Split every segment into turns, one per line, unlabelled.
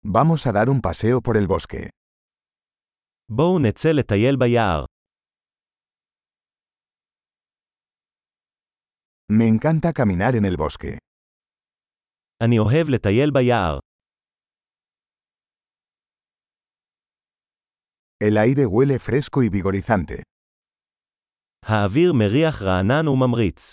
Vamos a dar un paseo por el bosque.
בואו נצא לטייל ביער.
Me encanta caminar en el bosque.
אני אוהב לטייל ביער.
El aire huele fresco y vigorizante.
האוויר מריח רענן וממריץ.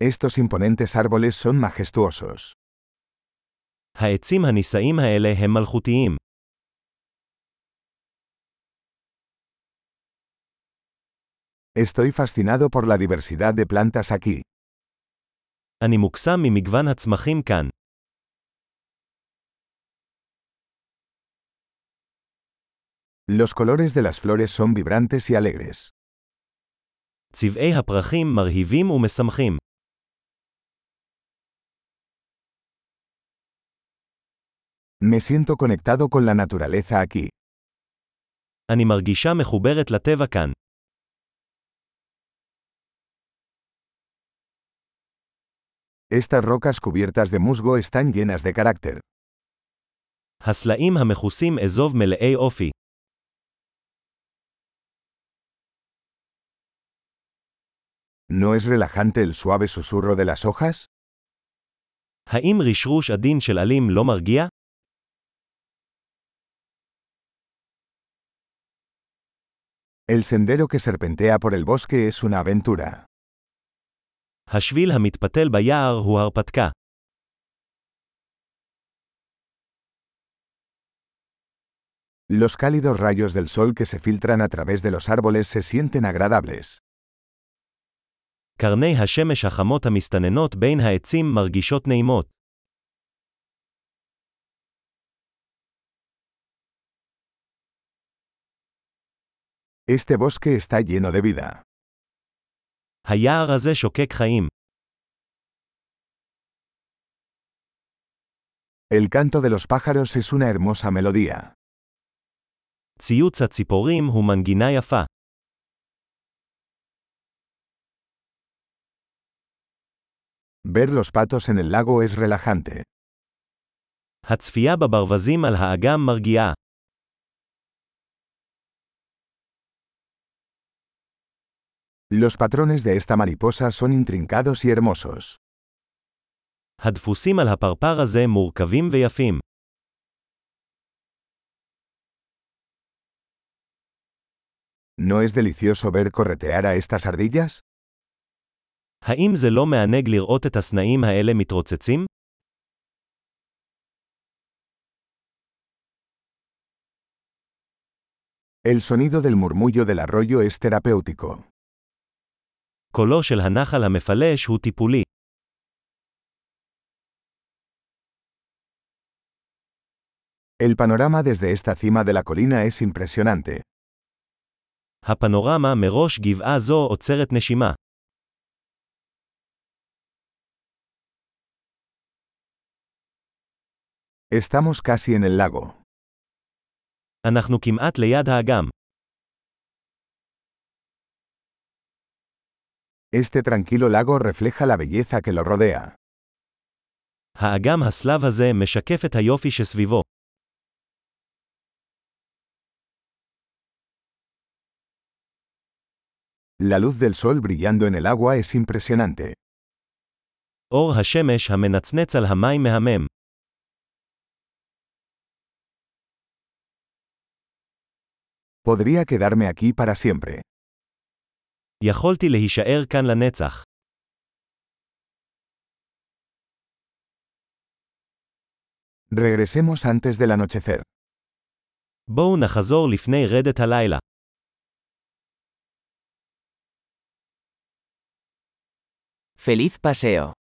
Estos imponentes árboles son majestuosos.
העצים הנישאים האלה הם מלכותיים.
Estoy fascinado por la diversidad de plantas aquí.
אני מוקסם ממגוון הצמחים כאן.
Los colores de las flores son vibrantes y alegres.
צבעי הפרחים מרהיבים ומשמחים.
Me siento conectado con la naturaleza aquí.
אני מרגישה מחוברת לטבע כאן.
Estas rocas cubiertas de musgo están llenas de carácter.
הסלעים המכוסים אזוב מלאי אופי.
¿No es relajante el suave susurro de las hojas?
האם רשרוש עדין של עלים לא מרגיע?
El sendero que serpentea por el bosque es una aventura.
השביל המתפתל ביער הוא הרפתקה.
Los cálidos rayos del sol que se filtran a través de los árboles se sienten agradables.
קרני השמש החמות המסתננות בין העצים מרגישות נעימות.
Este bosque está lleno de vida.
היער הזה שוקק חיים.
El canto de los pájaros es una hermosa melodía.
ציוץ הציפורים הוא מנגינה יפה.
Ver los patos en el lago es relajante.
הצפייה בברווזים על האגם מרגיעה.
Los patrones de esta mariposa son intrincados y hermosos.
הדפוסים על הפרפר הזה מורכבים ויפים.
¿No es delicioso ver corretear a estas ardillas?
האם זה לא מענג לראות את הסנאים האלה מתרוצצים?
El sonido del murmullo del arroyo es terapéutico.
קולו של הנחל המפלש הוא טיפולי.
El panorama desde esta cima de la colina es impresionante.
הפנורמה מראש גבעה זו עוצרת נשימה.
Estamos casi en el lago.
אנחנו כמעט ליד האגם.
Este tranquilo lago refleja la belleza que lo rodea.
האגם הסלב הזה משקף את היופי שסביבו.
La luz del sol brillando en el agua es impresionante.
אור השמש המנצנץ על המים מהמם.
Podría quedarme aquí para siempre.
יכולתי להישאר כאן לנצח.
Regresemos antes del anochecer.
בואו נחזור לפני רדת הלילה.
Feliz paseo.